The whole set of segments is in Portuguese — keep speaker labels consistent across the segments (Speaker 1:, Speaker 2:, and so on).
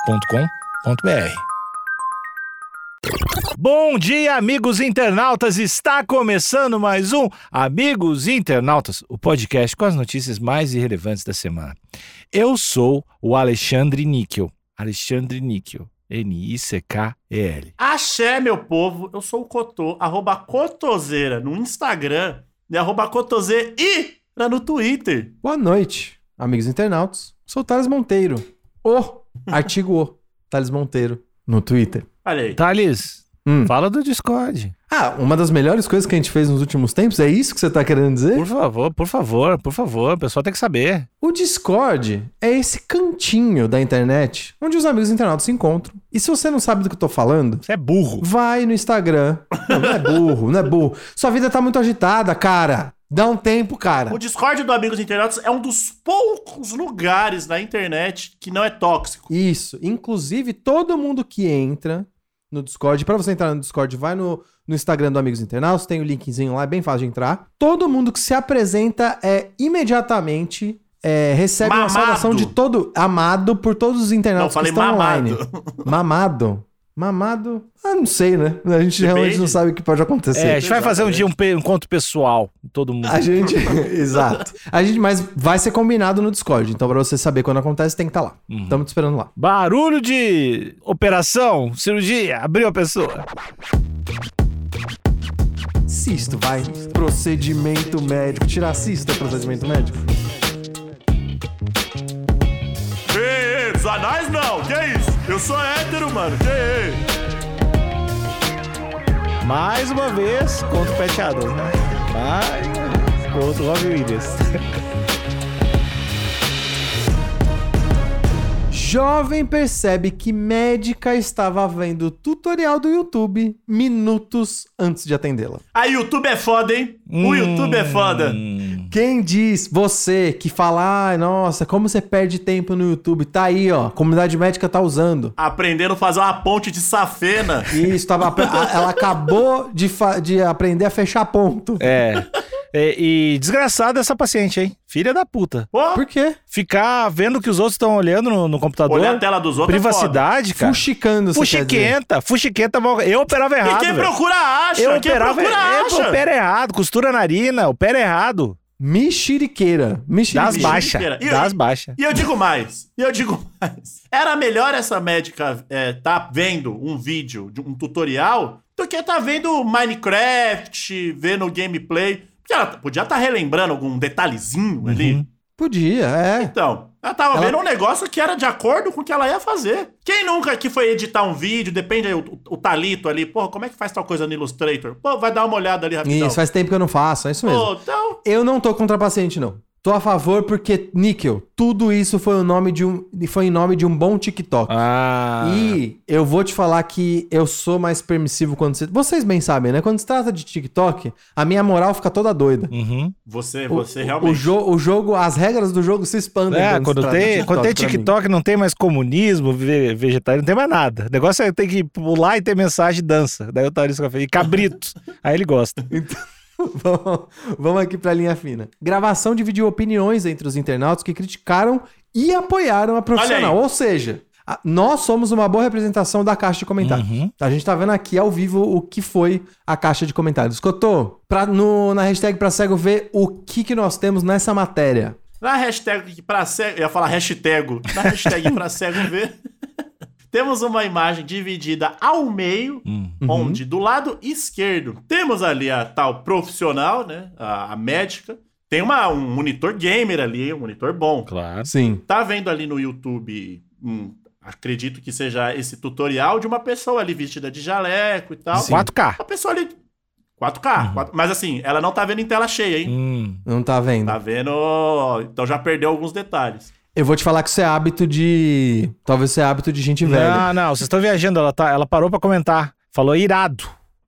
Speaker 1: agenciadepodcast.com.br.
Speaker 2: Bom dia, amigos internautas! Está começando mais um Amigos Internautas, o podcast com as notícias mais irrelevantes da semana. Eu sou o Alexandre Níquel. Alexandre Níquel. N-I-C-K-E-L.
Speaker 3: Axé, meu povo. Eu sou o Cotô, arroba Cotoseira no Instagram e arroba Cotoseira no Twitter.
Speaker 4: Boa noite, amigos internautos. Sou o Thales Monteiro. O artigo O Thales Monteiro no Twitter.
Speaker 3: Olha
Speaker 2: Tá.
Speaker 3: aí.
Speaker 2: Thales,
Speaker 4: Hum.
Speaker 2: fala do Discord.
Speaker 4: Ah, uma das melhores coisas que a gente fez nos últimos tempos, é isso que você tá querendo dizer?
Speaker 2: Por favor, por favor, por favor. O pessoal tem que saber.
Speaker 4: O Discord é esse cantinho da internet onde os amigos internautas se encontram. E se você não sabe do que eu tô falando,
Speaker 2: Você é burro.
Speaker 4: vai no Instagram. Não, não é burro, não é burro. Sua vida tá muito agitada, cara. Dá um tempo, cara.
Speaker 3: O Discord do Amigos Internautas é um dos poucos lugares na internet que não é tóxico.
Speaker 4: Isso. Inclusive, todo mundo que entra no Discord, pra você entrar no Discord, vai no, no Instagram do Amigos Internautas, tem o linkzinho lá, é bem fácil de entrar. Todo mundo que se apresenta é imediatamente é, recebe uma
Speaker 3: Mamado.
Speaker 4: saudação de todo amado por todos os
Speaker 3: Não,
Speaker 4: internautas que
Speaker 3: falei
Speaker 4: estão
Speaker 3: mamado.
Speaker 4: online. Mamado. Mamado. Ah, não sei, né? A gente realmente não
Speaker 3: Depende.
Speaker 4: sabe o que pode acontecer.
Speaker 2: É, a gente vai fazer um dia um pe- encontro pessoal. Todo mundo.
Speaker 4: A gente. Exato. A gente, mas vai ser combinado no Discord. Então, pra você saber quando acontece, tem que estar lá.
Speaker 2: Uhum.
Speaker 4: Tamo te esperando lá.
Speaker 2: Barulho de operação, cirurgia, abriu a pessoa.
Speaker 4: Cisto, vai. Procedimento médico. Tirar cisto é procedimento médico?
Speaker 3: Ei, ei, Zanais Ah, não, que isso? Eu sou hétero, mano. Que ei.
Speaker 2: Mais uma vez contra o Pet Adams, né? Mais uma vez contra o Robbie Williams.
Speaker 4: Jovem percebe que médica estava vendo tutorial do YouTube minutos antes de atendê-la.
Speaker 3: A YouTube é foda, hein? O YouTube é foda.
Speaker 4: Quem diz, você que fala, ai, nossa, como você perde tempo no YouTube? Tá aí, ó, a comunidade médica tá usando.
Speaker 3: Aprendendo a fazer uma ponte de safena.
Speaker 4: Isso, tava, a- ela acabou de, fa- de aprender a fechar ponto.
Speaker 2: É. E, e desgraçada essa paciente, hein? Filha da puta.
Speaker 3: Pô,
Speaker 4: Por quê?
Speaker 2: Ficar vendo o que os outros estão olhando no, no computador.
Speaker 3: olhar a tela tá dos outros é
Speaker 2: privacidade, cara.
Speaker 4: Fuxicando, você quer dizer.
Speaker 2: Fuxiquenta, fuxiquenta. mal- Eu operava
Speaker 3: é foda. E
Speaker 2: errado.
Speaker 3: quem
Speaker 2: velho.
Speaker 3: procura acha,
Speaker 2: Eu
Speaker 3: quem
Speaker 2: operava
Speaker 3: procura
Speaker 2: errado. Eu
Speaker 3: acha.
Speaker 2: opera errado, costura a narina, opera errado.
Speaker 4: Mexeriqueira.
Speaker 2: Das
Speaker 4: Mexeriqueira.
Speaker 2: baixas.
Speaker 3: E-
Speaker 2: Das baixas.
Speaker 3: E eu digo mais, e eu digo mais. Era melhor essa médica é, tá vendo um vídeo, de um tutorial, do que tá vendo Minecraft, vendo gameplay. Porque ela podia estar relembrando algum detalhezinho ali.
Speaker 4: Podia, é.
Speaker 3: Então, ela tava
Speaker 4: Uhum. Ela-
Speaker 3: vendo um negócio que era de acordo com o que ela ia fazer. Quem nunca que foi editar um vídeo, depende aí, o, o- o Talito ali, porra, como é que faz tal coisa no Illustrator? Pô, vai dar uma olhada ali
Speaker 2: Então.
Speaker 3: rapidão.
Speaker 4: Isso, faz tempo que eu não faço, é isso mesmo.
Speaker 3: Pô, então,
Speaker 4: Eu não tô contra paciente, não. Tô a favor porque, níquel, tudo isso foi, o nome de um, foi em nome de um bom TikTok.
Speaker 2: Ah.
Speaker 4: E eu vou te falar que eu sou mais permissivo quando você. Vocês bem sabem, né? Quando se trata de TikTok, a minha moral fica toda doida.
Speaker 2: Uhum.
Speaker 3: você,
Speaker 4: O-
Speaker 3: você
Speaker 4: o-
Speaker 3: realmente...
Speaker 4: O, jo- o jogo, as regras do jogo se expandem.
Speaker 2: É,
Speaker 4: se
Speaker 2: quando
Speaker 4: trata de
Speaker 2: tem, quando tem
Speaker 4: pra mim.
Speaker 2: TikTok, não tem mais comunismo, ve- vegetariano, não tem mais nada. O negócio é ter que pular e ter mensagem e dança. Daí o Thales fica feliz. E cabrito. Aí ele gosta.
Speaker 4: vamos, vamos aqui pra linha fina. Gravação dividiu opiniões entre os internautos que criticaram e apoiaram a profissional.
Speaker 3: Olha aí.
Speaker 4: Ou seja, a- nós somos uma boa representação da caixa de comentários.
Speaker 2: Uhum.
Speaker 4: A gente tá vendo aqui ao vivo o que foi a caixa de comentários. Cotô, pra, no, na hashtag pra cego ver o que, que nós temos nessa matéria.
Speaker 3: Na hashtag que pra cego. Eu ia falar hashtag. Na hashtag pra cego ver. temos uma imagem dividida ao meio,
Speaker 2: Hum.
Speaker 3: onde do lado esquerdo temos ali a tal profissional, né? A, a médica. Tem uma, um monitor gamer ali, um monitor bom.
Speaker 2: Claro.
Speaker 4: Sim.
Speaker 3: Tá vendo ali no YouTube. hum, acredito que seja esse tutorial de uma pessoa ali vestida de jaleco e tal.
Speaker 4: Sim.
Speaker 2: 4K.
Speaker 3: A pessoa ali. 4K. quatro- Mas assim, ela não tá vendo em tela cheia, hein?
Speaker 2: Hum.
Speaker 4: Não tá vendo?
Speaker 3: Tá vendo. Então já perdeu alguns detalhes.
Speaker 4: Eu vou te falar que isso é hábito de. Talvez isso é hábito de gente
Speaker 3: Ah,
Speaker 4: velha.
Speaker 2: Não, não, vocês estão viajando. Ela, tá, ela parou pra comentar. Falou irado.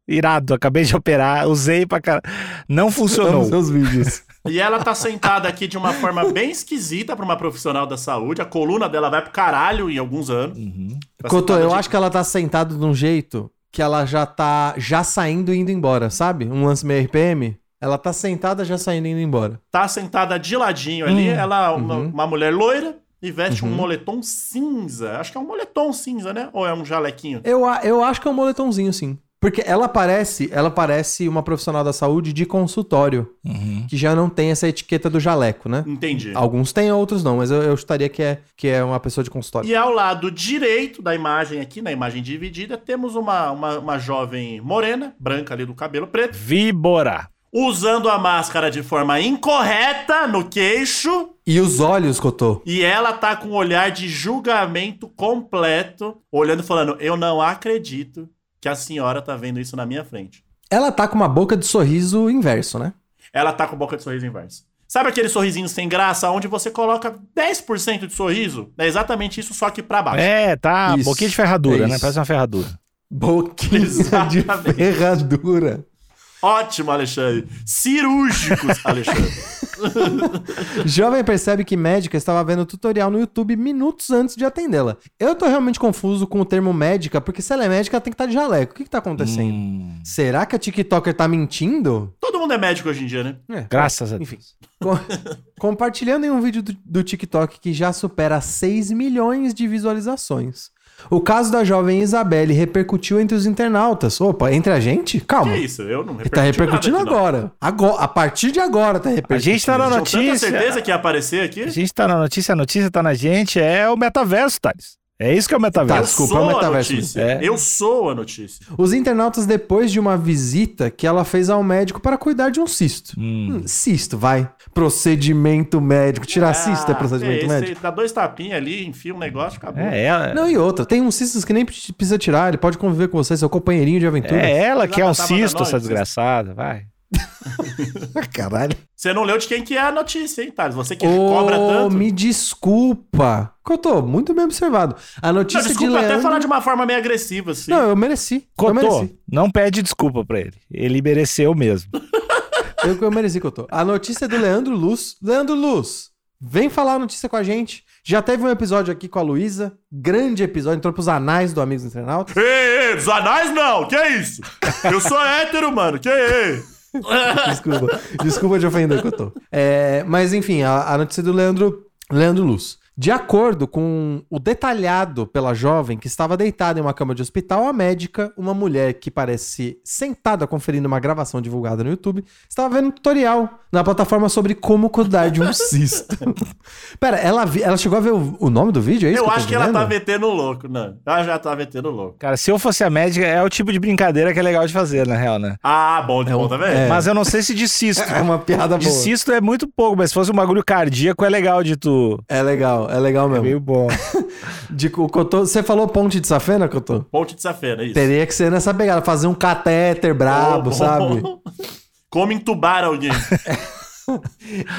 Speaker 2: Irado, acabei de operar, usei pra cara. Não
Speaker 4: Vamos
Speaker 2: funcionou.
Speaker 4: ver os vídeos.
Speaker 3: E ela tá sentada aqui de uma forma bem esquisita pra uma profissional da saúde. A coluna dela vai pro caralho em alguns anos.
Speaker 2: Uhum.
Speaker 3: Tá
Speaker 4: Cotô,
Speaker 3: sentada
Speaker 4: eu
Speaker 3: de-
Speaker 4: acho que ela tá sentada de um jeito que ela já tá já saindo e indo embora, sabe? Um lance meio RPM. Ela tá sentada já saindo e indo embora.
Speaker 3: Tá sentada de ladinho ali. Ela é uma,
Speaker 4: Uhum.
Speaker 3: uma mulher loira, e veste um
Speaker 4: Uhum.
Speaker 3: moletom cinza. Acho que é um moletom cinza, né? Ou é um jalequinho?
Speaker 4: Eu, a- eu acho que é um moletomzinho, sim. Porque ela parece, ela parece uma profissional da saúde de consultório,
Speaker 2: Uhum.
Speaker 4: que já não tem essa etiqueta do jaleco, né?
Speaker 3: Entendi.
Speaker 4: Alguns têm, outros não, mas eu, eu chutaria que é, que é uma pessoa de consultório.
Speaker 3: E ao lado direito da imagem aqui, na imagem dividida, temos uma, uma, uma jovem morena, branca ali do cabelo preto,
Speaker 2: Víbora.
Speaker 3: usando a máscara de forma incorreta no queixo.
Speaker 4: E, os olhos, Cotô?
Speaker 3: E ela tá com um olhar de julgamento completo, olhando e falando: Eu não acredito que a senhora tá vendo isso na minha frente.
Speaker 4: Ela tá com uma boca de sorriso inverso, né?
Speaker 3: Ela tá com boca de sorriso inverso. Sabe aquele sorrisinho sem graça onde você coloca 10% de sorriso? É exatamente isso, só que pra baixo.
Speaker 2: É, tá.
Speaker 4: Isso.
Speaker 2: Boquinha de ferradura,
Speaker 4: É
Speaker 2: né?
Speaker 4: isso.
Speaker 2: Parece uma ferradura.
Speaker 4: Boquinha
Speaker 3: Exatamente.
Speaker 4: de ferradura.
Speaker 3: Ótimo, Alexandre. Cirúrgicos, Alexandre.
Speaker 4: Jovem percebe que médica estava vendo o tutorial no YouTube minutos antes de atendê-la. Eu tô realmente confuso com o termo médica, porque se ela é médica, ela tem que estar de jaleco. O que, que tá acontecendo?
Speaker 2: Hum,
Speaker 4: Será que a TikToker tá mentindo?
Speaker 3: Todo mundo é médico hoje em dia, né?
Speaker 4: É.
Speaker 2: graças a Deus.
Speaker 4: Enfim. Com- Compartilhando em um vídeo do, do TikTok que já supera 6 milhões de visualizações. O caso da jovem Isabelle repercutiu entre os internautas. Opa, entre a gente? Calma.
Speaker 3: Que isso, eu não
Speaker 4: E tá repercutindo
Speaker 3: nada aqui, não.
Speaker 4: agora. agora. A partir de agora tá
Speaker 2: A
Speaker 4: repercutindo.
Speaker 2: gente tá na
Speaker 3: Tinha tanta
Speaker 2: notícia.
Speaker 3: certeza que ia aparecer aqui?
Speaker 2: A gente tá na notícia, a notícia tá na gente. É o metaverso, Thales. É isso que é o
Speaker 3: Eu
Speaker 2: metaverso.
Speaker 4: desculpa, é
Speaker 3: sou
Speaker 4: o
Speaker 3: a
Speaker 4: metaverso
Speaker 3: notícia.
Speaker 2: mesmo. É.
Speaker 3: Eu sou a notícia.
Speaker 4: Os internautas, depois de uma visita que ela fez ao médico para cuidar de um cisto.
Speaker 2: Hum.
Speaker 4: Hum, cisto, vai. Procedimento médico. Tirar
Speaker 3: Ah,
Speaker 4: cisto é procedimento
Speaker 3: esse
Speaker 4: médico?
Speaker 3: Dá dois tapinhas ali, enfia um negócio, acabou.
Speaker 2: É ela.
Speaker 4: Não, e outra. Tem uns cistos que nem precisa tirar. Ele pode conviver com você, seu companheirinho de aventura.
Speaker 2: É ela que é um
Speaker 3: Ela tava na
Speaker 2: cisto, essa
Speaker 3: noite.
Speaker 2: desgraçada. Vai.
Speaker 4: Caralho.
Speaker 3: Você não leu de quem que é a notícia, hein, Thales? Você que cobra
Speaker 4: Ô,
Speaker 3: tanto.
Speaker 4: me desculpa. Cotô, muito bem observado. A notícia
Speaker 3: Não, desculpa
Speaker 4: de
Speaker 3: até
Speaker 4: Leandro...
Speaker 3: falar de uma forma meio agressiva, assim.
Speaker 4: Não, eu mereci. Eu
Speaker 2: Cotô,
Speaker 4: mereci.
Speaker 2: não pede desculpa pra ele. Ele mereceu mesmo.
Speaker 4: Eu, eu mereci, Cotô. A notícia é do Leandro Luz. Leandro Luz, vem falar a notícia com a gente. Já teve um episódio aqui com a Luísa. Grande episódio. Entrou pros anais do Amigos Internauta.
Speaker 3: Ei, ei, ei, dos anais não, que isso? Eu sou hétero, mano, que ei.
Speaker 4: Desculpa. Desculpa de ofender, Cotô. É, mas, enfim, a, a notícia do Leandro, Leandro Luz. De acordo com o detalhado pela jovem que estava deitada em uma cama de hospital, a médica, uma mulher que parece sentada conferindo uma gravação divulgada no YouTube, estava vendo um tutorial na plataforma sobre como cuidar de um cisto. Pera, ela, vi- ela chegou a ver o, o nome do vídeo? É isso
Speaker 3: Eu
Speaker 4: tô
Speaker 3: acho que ela tá
Speaker 4: entendendo?
Speaker 3: metendo louco, não. Ela já tá metendo louco.
Speaker 2: Cara, se eu fosse a médica, é o tipo de brincadeira que é legal de fazer, na real, né?
Speaker 3: Ah, bom de
Speaker 4: É um-
Speaker 3: ponta, velho.
Speaker 4: é.
Speaker 2: Mas eu não sei se de cisto.
Speaker 4: É uma piada
Speaker 2: De
Speaker 4: boa.
Speaker 2: cisto é muito pouco, mas se fosse um bagulho cardíaco, é legal de tu.
Speaker 4: É legal, é legal
Speaker 2: É
Speaker 4: mesmo.
Speaker 2: meio bom.
Speaker 4: De- o Cotô- você falou ponte de safena, Cotô?
Speaker 3: Ponte de safena, isso.
Speaker 4: Teria que ser nessa pegada, fazer um catéter brabo,
Speaker 3: Bom,
Speaker 4: sabe?
Speaker 3: bom. Como entubar alguém.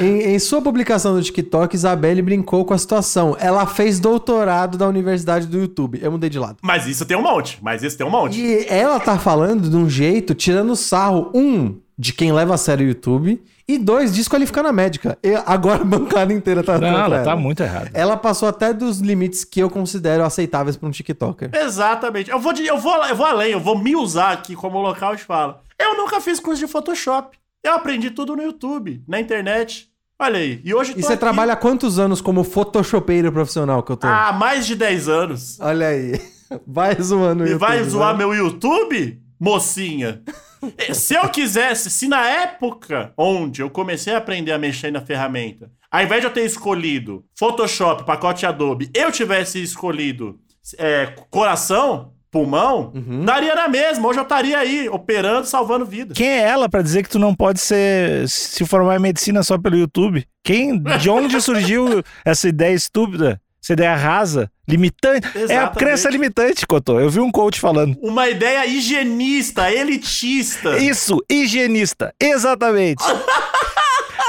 Speaker 4: Em, em sua publicação no TikTok, Isabelle brincou com a situação. Ela fez doutorado da Universidade do YouTube. Eu mudei de lado.
Speaker 3: Mas isso tem um monte, mas isso tem um monte.
Speaker 4: E ela tá falando de um jeito, tirando sarro, um, de quem leva a sério o YouTube, e dois, desqualificando a médica. E agora a bancada inteira tá
Speaker 2: Não,
Speaker 4: contra
Speaker 2: ela tá muito errada.
Speaker 4: Ela passou até dos limites que eu considero aceitáveis pra um TikToker.
Speaker 3: Exatamente. Eu vou, de- eu, vou, eu vou além, eu vou me usar aqui como local de fala. Eu nunca fiz curso de Photoshop. Eu aprendi tudo no YouTube, na internet. Olha aí. E hoje
Speaker 4: E
Speaker 3: tô
Speaker 4: você
Speaker 3: aqui
Speaker 4: trabalha há quantos anos como photoshopeiro profissional que eu tô?
Speaker 3: há mais de 10 anos.
Speaker 4: Olha aí. Vai zoando o
Speaker 3: e
Speaker 4: YouTube,
Speaker 3: vai
Speaker 2: né?
Speaker 3: zoar meu YouTube? Mocinha. Eh, se eu quisesse, se na época onde eu comecei a aprender a mexer na ferramenta, ao invés de eu ter escolhido Photoshop, pacote Adobe, eu tivesse escolhido eh, coração, pulmão,
Speaker 2: Uhum.
Speaker 3: daria na mesma. Hoje eu estaria aí, operando, salvando vidas.
Speaker 2: Quem é ela pra dizer que tu não pode ser se formar em medicina só pelo YouTube? Quem, de onde surgiu essa ideia estúpida? Essa ideia rasa, limitante? É a
Speaker 3: Exatamente.
Speaker 2: crença limitante, Cotô. Eu vi um coach falando.
Speaker 3: Uma ideia higienista, elitista.
Speaker 2: Isso, higienista. Exatamente.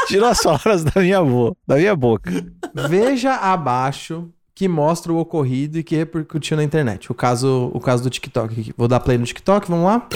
Speaker 2: Tirou as palavras da minha, bo- da minha boca.
Speaker 4: Veja abaixo que mostra o ocorrido e que repercutiu na internet. O caso, o caso do TikTok. aqui. Vou dar play no TikTok, vamos lá?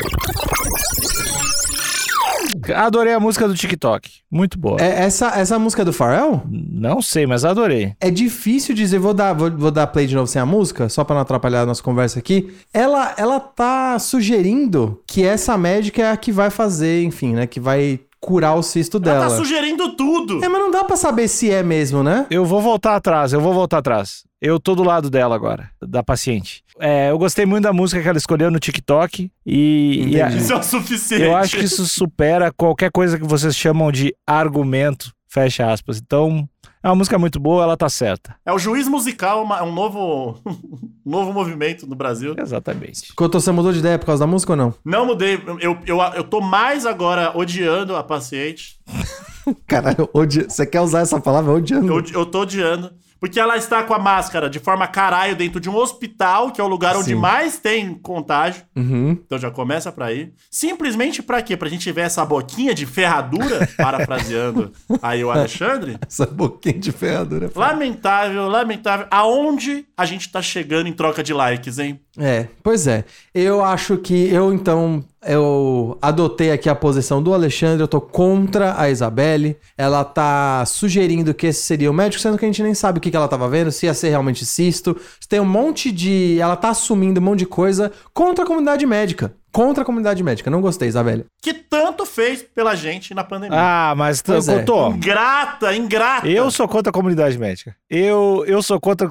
Speaker 2: Adorei a música do TikTok. Muito boa.
Speaker 4: É, essa, essa música é do Pharrell?
Speaker 2: Não sei, mas adorei.
Speaker 4: É difícil dizer, vou dar, vou, vou dar play de novo sem a música, só pra não atrapalhar a nossa conversa aqui. Ela, ela tá sugerindo que essa médica é a que vai fazer, enfim, né? Que vai curar o cisto
Speaker 3: Ela
Speaker 4: dela.
Speaker 3: tá sugerindo tudo.
Speaker 4: É, mas não dá pra saber se é mesmo, né?
Speaker 2: Eu vou voltar atrás, eu vou voltar atrás. Eu tô do lado dela agora, da paciente. É, eu gostei muito da música que ela escolheu no TikTok e, e a-
Speaker 4: Entendi.
Speaker 3: Isso é o suficiente.
Speaker 2: eu acho que isso supera qualquer coisa que vocês chamam de argumento, fecha aspas. Então, é uma música muito boa, ela tá certa.
Speaker 3: É o juiz musical, uma- é um novo, um novo movimento no Brasil.
Speaker 2: Exatamente.
Speaker 4: Cotô, você mudou de ideia por causa da música ou não?
Speaker 3: Não mudei. Eu, eu, eu tô mais agora odiando a paciente.
Speaker 4: Caralho, odi... você quer usar essa palavra odiando?
Speaker 3: Eu, eu tô odiando. Porque ela está com a máscara de forma caralho dentro de um hospital, que é o lugar onde
Speaker 4: Sim.
Speaker 3: mais tem contágio.
Speaker 4: Uhum.
Speaker 3: Então já começa pra aí. Simplesmente pra quê? Pra gente ver essa boquinha de ferradura, parafraseando aí o Alexandre.
Speaker 4: Essa boquinha de ferradura. é
Speaker 3: Lamentável, lamentável. Aonde a gente tá chegando em troca de likes, hein?
Speaker 4: É, pois é. Eu acho que eu, então, eu adotei aqui a posição do Alexandre, eu tô contra a Isabelle. Ela tá sugerindo que esse seria o médico, sendo que a gente nem sabe o que, que ela tava vendo, se ia ser realmente cisto. Tem um monte de. Ela tá assumindo um monte de coisa contra a comunidade médica. Contra a comunidade médica. Não gostei, Isabelle.
Speaker 3: Que tanto fez pela gente na pandemia.
Speaker 2: Ah, mas tu
Speaker 4: Pois é.
Speaker 2: contou.
Speaker 3: Ingrata, ingrata.
Speaker 2: Eu sou contra a comunidade médica. Eu, eu sou contra.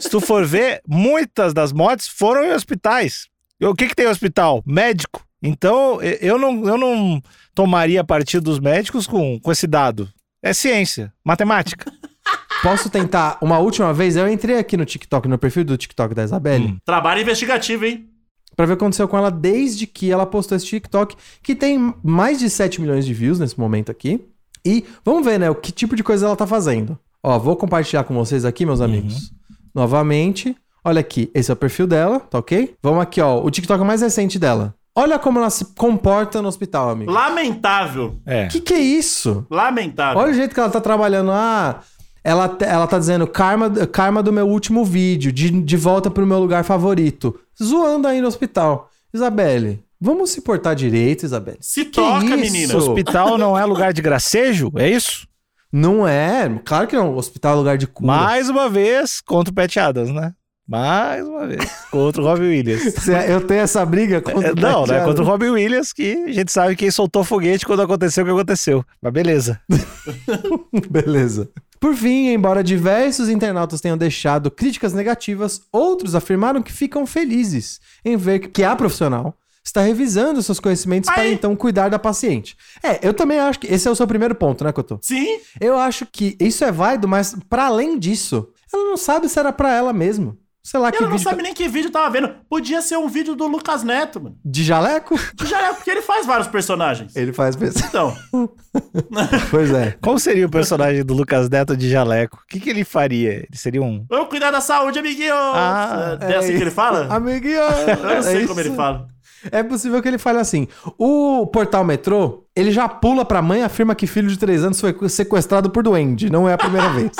Speaker 2: Se tu for ver, muitas das mortes foram em hospitais. O que, que tem em hospital? Médico. Então, e- eu não, eu não tomaria partido dos médicos com, com esse dado. É ciência, matemática.
Speaker 4: Posso tentar uma última vez? Eu entrei aqui no TikTok, no perfil do TikTok da Isabelle.
Speaker 3: Trabalho investigativo, hein?
Speaker 4: Pra ver o que aconteceu com ela desde que ela postou esse TikTok, que tem mais de 7 milhões de views nesse momento aqui. E vamos ver, né, o que tipo de coisa ela tá fazendo. Ó, vou compartilhar com vocês aqui, meus amigos. Novamente. Olha aqui, esse é o perfil dela, tá ok? Vamos aqui, ó, o TikTok mais recente dela. Olha como ela se comporta no hospital, amigo.
Speaker 3: Lamentável.
Speaker 2: É.
Speaker 4: Que que é isso?
Speaker 2: Ah,
Speaker 3: Lamentável.
Speaker 4: Olha o jeito que ela tá trabalhando. Ah, ela, t- ela tá dizendo karma, karma do meu último vídeo, de, de volta pro meu lugar favorito. Zoando aí no hospital. Isabelle, vamos se portar direito, Isabelle.
Speaker 3: Se
Speaker 4: Que
Speaker 3: toca,
Speaker 4: isso?
Speaker 3: menina.
Speaker 2: Hospital não é lugar de gracejo, é isso?
Speaker 4: Não é, claro que não. Hospital é lugar de cura.
Speaker 2: Mais uma vez contra o Pat Adams, né? Mais uma vez contra o Robbie Williams.
Speaker 4: Cê- é, Eu tenho essa briga contra
Speaker 2: É, não, né?
Speaker 4: Tatiana.
Speaker 2: Contra o Robin Williams, que a gente sabe quem soltou foguete quando aconteceu o que aconteceu. Mas beleza.
Speaker 4: Beleza. Por fim, embora diversos internautas tenham deixado críticas negativas, outros afirmaram que ficam felizes em ver que a profissional está revisando seus conhecimentos para
Speaker 3: Aí.
Speaker 4: então cuidar da paciente. É, eu também acho que esse é o seu primeiro ponto, né, Cotô?
Speaker 3: Sim,
Speaker 4: Eu acho que isso é válido, mas para além disso, ela não sabe se era para ela mesmo. Sei lá Ah, que
Speaker 3: ela não
Speaker 4: vídeo
Speaker 3: sabe nem que vídeo tava vendo. Podia ser um vídeo do Lucas Neto, mano.
Speaker 4: de jaleco
Speaker 3: Que Já é, porque ele faz vários personagens.
Speaker 4: ele faz pensar.
Speaker 3: Então,
Speaker 4: Pois é.
Speaker 2: Qual seria o personagem do Lucas Neto de Jaleco? O que, que ele faria? Ele seria um.
Speaker 3: vamos cuidar da saúde, amiguinho.
Speaker 2: Ah,
Speaker 3: é, assim
Speaker 4: isso.
Speaker 3: que ele fala?
Speaker 4: Amiguinho.
Speaker 3: Eu não sei
Speaker 4: é
Speaker 3: como
Speaker 4: isso.
Speaker 3: ele fala.
Speaker 4: É possível que ele fale assim. O portal metrô, ele já pula pra mãe e afirma que filho de 3 anos foi sequestrado por duende. Não é a primeira vez.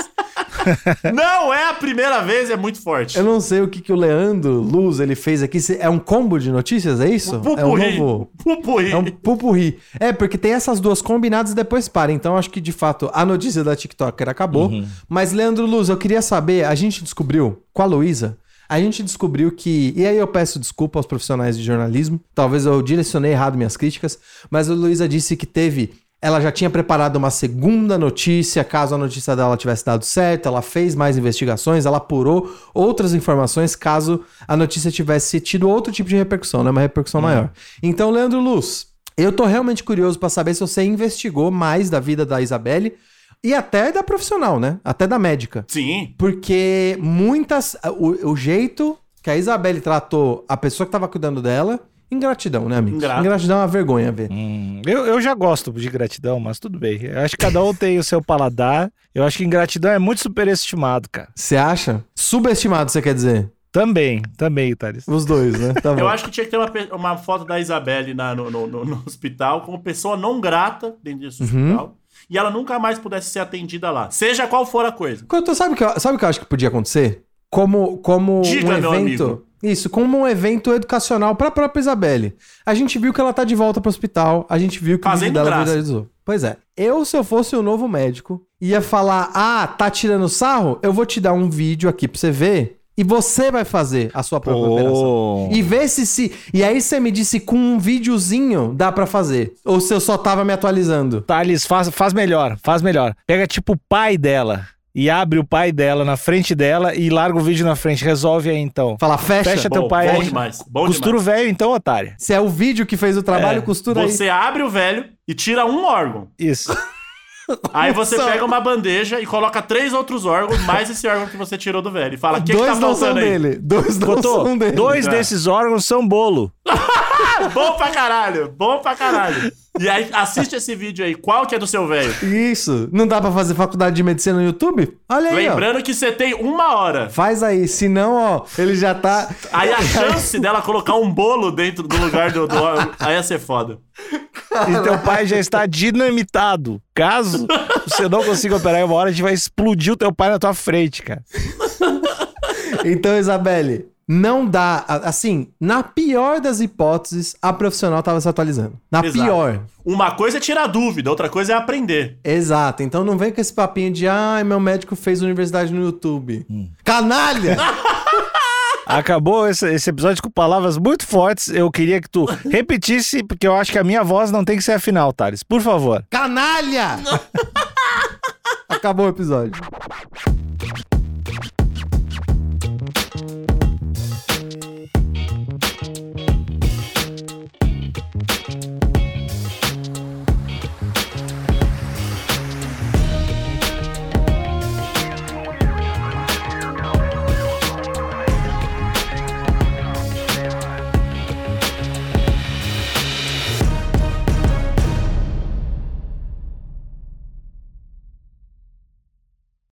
Speaker 3: Não é a primeira vez, é muito forte.
Speaker 4: Eu não sei o que, que o Leandro Luz ele fez aqui. Se- É um combo de notícias, é isso? É um
Speaker 3: Pupurri.
Speaker 4: novo.
Speaker 3: Pupurri.
Speaker 4: É um pupurri. É, porque tem essas duas combinadas e depois para. Então, acho que, de fato, a notícia da TikToker acabou. Mas, Leandro Luz, eu queria saber... A gente descobriu, com a Luísa, a gente descobriu que... E aí eu peço desculpa aos profissionais de jornalismo. Talvez eu direcionei errado minhas críticas. Mas a Luísa disse que teve... Ela já tinha preparado uma segunda notícia, caso a notícia dela tivesse dado certo, ela fez mais investigações, ela apurou outras informações, caso a notícia tivesse tido outro tipo de repercussão, né? Uma repercussão maior. Então, Leandro Luz, eu tô realmente curioso pra saber se você investigou mais da vida da Isabelle e até da profissional, né? Até da médica.
Speaker 3: Sim.
Speaker 4: Porque muitas. O, o jeito que a Isabelle tratou a pessoa que tava cuidando dela, ingratidão, né, amigo?
Speaker 3: Ingrato.
Speaker 4: Ingratidão é uma vergonha ver.
Speaker 2: Hum, eu, eu já gosto de gratidão, mas tudo bem. Eu acho que cada um tem o seu paladar. Eu acho que ingratidão é muito superestimado, cara.
Speaker 4: Você acha? Subestimado, você quer dizer?
Speaker 2: Também, também, Thales.
Speaker 4: Os dois, né? Tá bom.
Speaker 3: Eu acho que tinha que ter uma, pe- uma foto da Isabelle na- no, no- no- no hospital como pessoa não grata dentro desse
Speaker 4: Uhum.
Speaker 3: hospital. E ela nunca mais pudesse ser atendida lá. Seja qual for a coisa.
Speaker 4: Couto, então sabe o que, eu- sabe o que eu acho que podia acontecer? Como, como
Speaker 3: Diga,
Speaker 4: um
Speaker 3: meu
Speaker 4: evento.
Speaker 3: amigo.
Speaker 4: Isso, como um evento educacional pra própria Isabelle. A gente viu que ela tá de volta pro hospital, a gente viu que
Speaker 3: Fazendo
Speaker 4: o vídeo dela
Speaker 3: graça.
Speaker 4: viralizou. Pois é. Eu, se eu fosse o novo médico, ia falar: ah, tá tirando sarro? Eu vou te dar um vídeo aqui pra você ver E você vai fazer a sua própria operação.
Speaker 2: Pô.
Speaker 4: E vê se se. E aí você me disse com um videozinho dá pra fazer. Ou se eu só tava me atualizando.
Speaker 2: Thales, faz, faz melhor, faz melhor. Pega tipo o pai dela e abre o pai dela na frente dela e larga o vídeo na frente. Resolve aí então.
Speaker 4: Fala, fecha.
Speaker 2: Fecha teu pai
Speaker 3: bom
Speaker 4: é
Speaker 2: aí.
Speaker 3: demais. Bom
Speaker 2: Costura o velho então, otário.
Speaker 4: Se é o vídeo que fez o trabalho,
Speaker 2: É,
Speaker 4: costura
Speaker 3: demais. Você abre o velho e tira um órgão.
Speaker 2: Isso.
Speaker 3: Aí você
Speaker 4: Nossa.
Speaker 3: pega uma bandeja e coloca três outros órgãos, mais esse órgão que você tirou do velho. E fala, o
Speaker 4: aí.
Speaker 3: que, que
Speaker 4: Dois
Speaker 3: tá
Speaker 4: não são
Speaker 3: faltando aí?
Speaker 4: dele. Dois não
Speaker 2: Cotô,
Speaker 4: são dele.
Speaker 2: dois
Speaker 3: É.
Speaker 2: desses órgãos são bolo.
Speaker 3: Bom pra caralho, bom pra caralho. E aí, assiste esse vídeo aí. Qual que é do seu velho?
Speaker 4: Isso. Não dá pra fazer faculdade de medicina no YouTube? Olha aí, ó.
Speaker 3: Lembrando que você tem uma hora.
Speaker 4: Faz aí, senão, ó, ele já tá.
Speaker 3: Aí a chance dela colocar um bolo dentro do lugar do, do órgão, aí ia ser foda.
Speaker 2: E teu pai já está dinamitado. Caso você não consiga operar em uma hora, a gente vai explodir o teu pai na tua frente, cara.
Speaker 4: Então, Isabelle, não dá. a- Assim, na pior das hipóteses, a profissional tava se atualizando. Na
Speaker 3: Exato.
Speaker 4: pior.
Speaker 3: Uma coisa é tirar dúvida, outra coisa é aprender.
Speaker 4: Exato. Então não vem com esse papinho de, ai, meu médico fez universidade no YouTube.
Speaker 3: Hum.
Speaker 4: Canalha!
Speaker 2: Acabou esse, esse episódio com palavras muito fortes. Eu queria que tu repetisse, porque eu acho que a minha voz não tem que ser a final, Thales. Por favor.
Speaker 4: Canalha! Acabou o episódio.